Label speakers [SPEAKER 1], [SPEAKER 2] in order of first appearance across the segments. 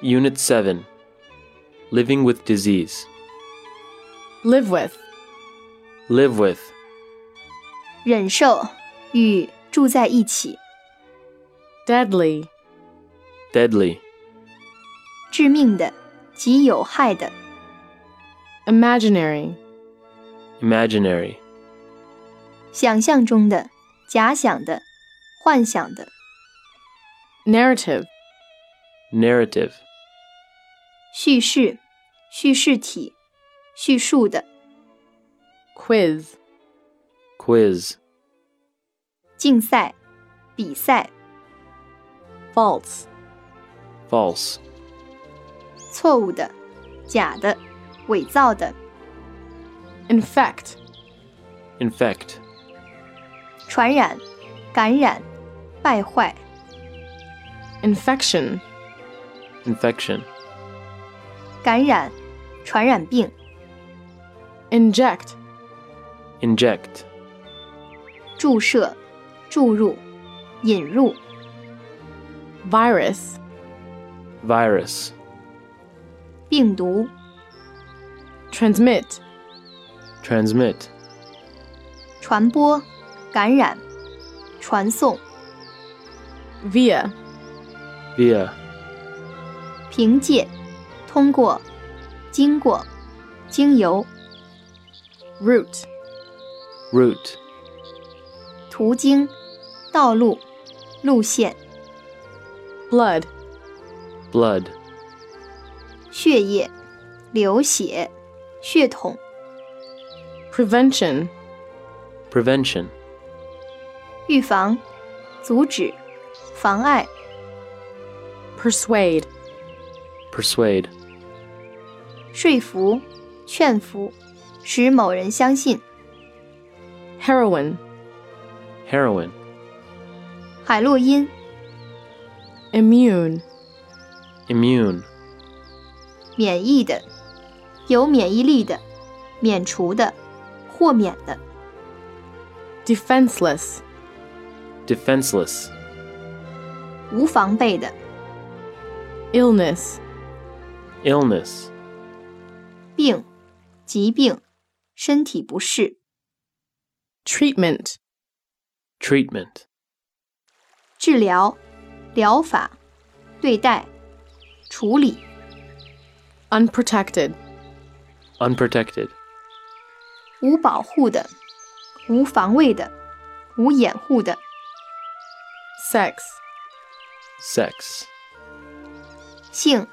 [SPEAKER 1] Unit 7 Living with Disease.
[SPEAKER 2] live with、
[SPEAKER 1] Live with.
[SPEAKER 3] 忍受与住在一起，
[SPEAKER 2] deadly、
[SPEAKER 1] Deadly.
[SPEAKER 3] 致命的及有害的，
[SPEAKER 2] imaginary、
[SPEAKER 1] Imaginary.
[SPEAKER 3] 想象中的、假想的、幻想的，
[SPEAKER 2] narrative、
[SPEAKER 1] Narrative.
[SPEAKER 3] 叙事、叙事体、叙述的，
[SPEAKER 2] quiz、
[SPEAKER 1] Quiz.
[SPEAKER 3] 竞赛、比赛、
[SPEAKER 2] false、
[SPEAKER 1] False.
[SPEAKER 3] 错误的、假的、伪造的，
[SPEAKER 2] infect、
[SPEAKER 1] Infect.
[SPEAKER 3] 传染、感染、败坏、
[SPEAKER 2] infection、
[SPEAKER 1] Infection.
[SPEAKER 3] 感染、传染病、
[SPEAKER 2] inject、
[SPEAKER 1] Inject.
[SPEAKER 3] 注射、注入、引入、
[SPEAKER 2] virus、
[SPEAKER 1] Virus.
[SPEAKER 3] 病毒、
[SPEAKER 2] transmit、
[SPEAKER 1] Transmit.
[SPEAKER 3] 传播、感染、传送、
[SPEAKER 2] via、
[SPEAKER 1] Via.
[SPEAKER 3] 凭借、通过、经过、经由、
[SPEAKER 2] route、
[SPEAKER 1] Route.
[SPEAKER 3] 途经、道路、路线、
[SPEAKER 2] blood、
[SPEAKER 1] Blood.
[SPEAKER 3] 血液、流血、血统、
[SPEAKER 2] prevention、
[SPEAKER 1] Prevention.
[SPEAKER 3] 预防、阻止、妨碍、
[SPEAKER 2] persuade、
[SPEAKER 1] Persuade.
[SPEAKER 3] 说服、劝服，使某人相信。
[SPEAKER 2] heroin、
[SPEAKER 1] Heroin.
[SPEAKER 3] 海洛因、
[SPEAKER 2] immune、
[SPEAKER 1] Immune.
[SPEAKER 3] 免疫的、有免疫力的、免除的、豁免的、
[SPEAKER 2] defenseless、
[SPEAKER 1] Defenseless.
[SPEAKER 3] 无防备的、
[SPEAKER 2] illness、
[SPEAKER 1] Illness.
[SPEAKER 3] 病、疾病、身体不适、
[SPEAKER 2] treatment、
[SPEAKER 1] Treatment.
[SPEAKER 3] 治疗、疗法、对待、处理、
[SPEAKER 2] unprotected、
[SPEAKER 1] Unprotected.
[SPEAKER 3] 无保护的、无防卫的、无掩护的、
[SPEAKER 2] sex、
[SPEAKER 1] Sex.
[SPEAKER 3] 性、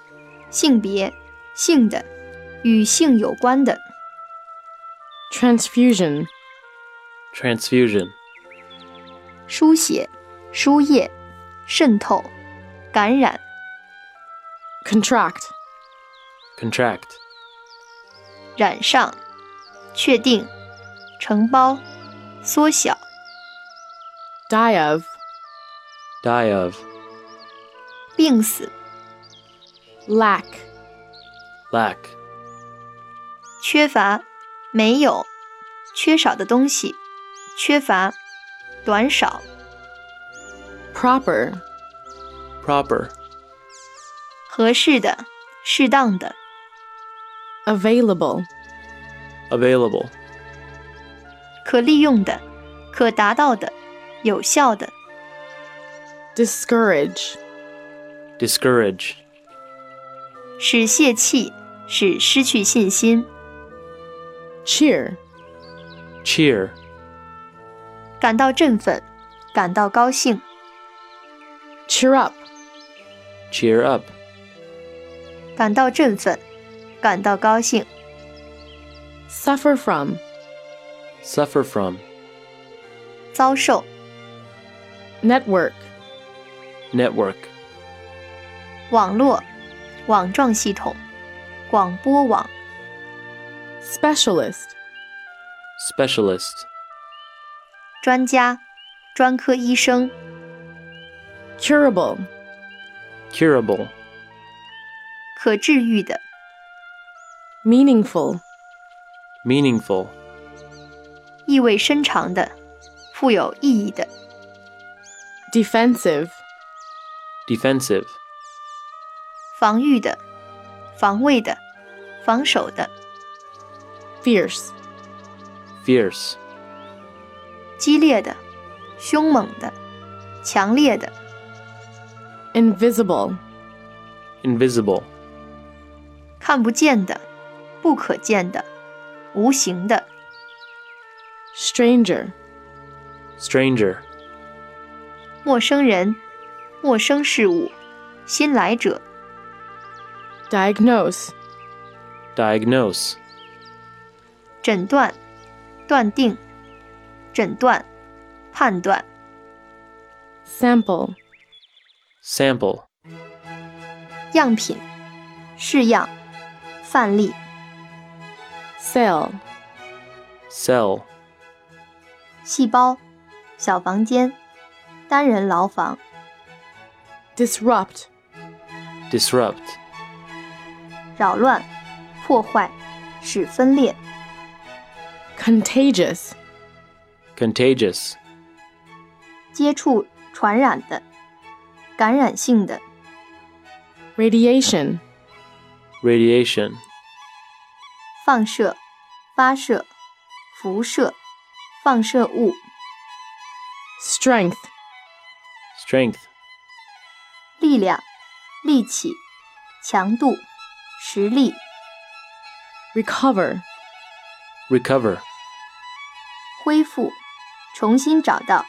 [SPEAKER 3] 性别、性的、与性有关的、
[SPEAKER 2] transfusion、
[SPEAKER 1] Transfusion.
[SPEAKER 3] 输血、输液、渗透、感染、
[SPEAKER 2] contract、
[SPEAKER 1] Contract.
[SPEAKER 3] 染上、确定、承包、缩小、
[SPEAKER 2] die of、
[SPEAKER 1] Die of.
[SPEAKER 3] 病死、
[SPEAKER 2] lack、
[SPEAKER 1] Lack.
[SPEAKER 3] 缺乏、没有、缺少的东西、缺乏、短少、
[SPEAKER 2] proper、
[SPEAKER 1] Proper.
[SPEAKER 3] 合适的、适当的、
[SPEAKER 2] available、
[SPEAKER 1] Available.
[SPEAKER 3] 可利用的、可达到的、有效的、
[SPEAKER 2] discourage,
[SPEAKER 1] Discourage.
[SPEAKER 3] 使泄气、使失去信心、
[SPEAKER 2] cheer,
[SPEAKER 1] Cheer.
[SPEAKER 3] 感到振奋、感到高兴、
[SPEAKER 2] cheer up,
[SPEAKER 1] Cheer up.
[SPEAKER 3] 感到振奋、感到高兴、
[SPEAKER 2] suffer from,
[SPEAKER 1] Suffer from.
[SPEAKER 3] 遭受、
[SPEAKER 2] network,
[SPEAKER 1] Network.
[SPEAKER 3] 网络、网状系统、广播网、
[SPEAKER 2] specialist,
[SPEAKER 1] Specialist.
[SPEAKER 3] 专家、专科医生、
[SPEAKER 2] curable,
[SPEAKER 1] Curable.
[SPEAKER 3] 可治愈的、
[SPEAKER 2] meaningful,
[SPEAKER 1] Meaningful.
[SPEAKER 3] 意味深长的、富有意义的、
[SPEAKER 2] defensive,
[SPEAKER 1] Defensive.
[SPEAKER 3] 防御的、防卫的、防守的、
[SPEAKER 2] fierce,
[SPEAKER 1] fierce,
[SPEAKER 3] 激烈的、凶猛的、强烈的、
[SPEAKER 2] invisible,
[SPEAKER 1] invisible,
[SPEAKER 3] 看不见的、不可见的、无形的、
[SPEAKER 2] stranger,
[SPEAKER 1] stranger,
[SPEAKER 3] 陌生人、陌生事物、新来者、
[SPEAKER 2] diagnose,
[SPEAKER 1] diagnose,
[SPEAKER 3] 诊断、断定、诊断、判断、
[SPEAKER 2] sample,
[SPEAKER 1] sample,
[SPEAKER 3] 样品、式样、范例、
[SPEAKER 2] cell,
[SPEAKER 1] cell,
[SPEAKER 3] 细胞、小房间、单人牢房、
[SPEAKER 2] disrupt,
[SPEAKER 1] disrupt,
[SPEAKER 3] 扰乱、破坏、使分裂、
[SPEAKER 2] contagious,
[SPEAKER 1] contagious,
[SPEAKER 3] 接触传染的、感染性的、
[SPEAKER 2] radiation,
[SPEAKER 1] radiation,
[SPEAKER 3] 放射、发射、辐射、放射物、
[SPEAKER 2] strength,
[SPEAKER 1] strength,
[SPEAKER 3] 力量、力气、强度、实力、
[SPEAKER 2] recover,
[SPEAKER 1] recover,
[SPEAKER 3] 恢复、重新找到、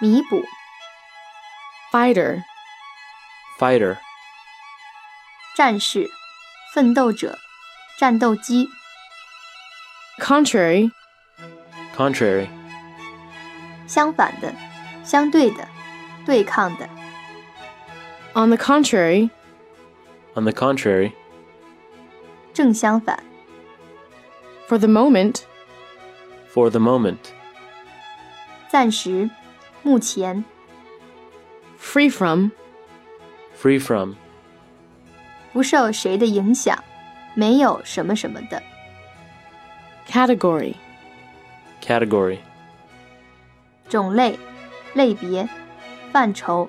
[SPEAKER 3] 弥补、
[SPEAKER 2] fighter,
[SPEAKER 1] fighter,
[SPEAKER 3] 战士、奋斗者、战斗机、
[SPEAKER 2] contrary,
[SPEAKER 1] contrary,
[SPEAKER 3] 相反的、相对的、对抗的、
[SPEAKER 2] on the contrary,
[SPEAKER 1] on the contrary,
[SPEAKER 3] 正相反、
[SPEAKER 2] for the moment,
[SPEAKER 1] for the moment,
[SPEAKER 3] 暂时、目前、
[SPEAKER 2] free from,
[SPEAKER 1] free from,
[SPEAKER 3] 不受谁的影响，没有什么什么的。
[SPEAKER 2] category,
[SPEAKER 1] category,
[SPEAKER 3] 种类、类别、范畴、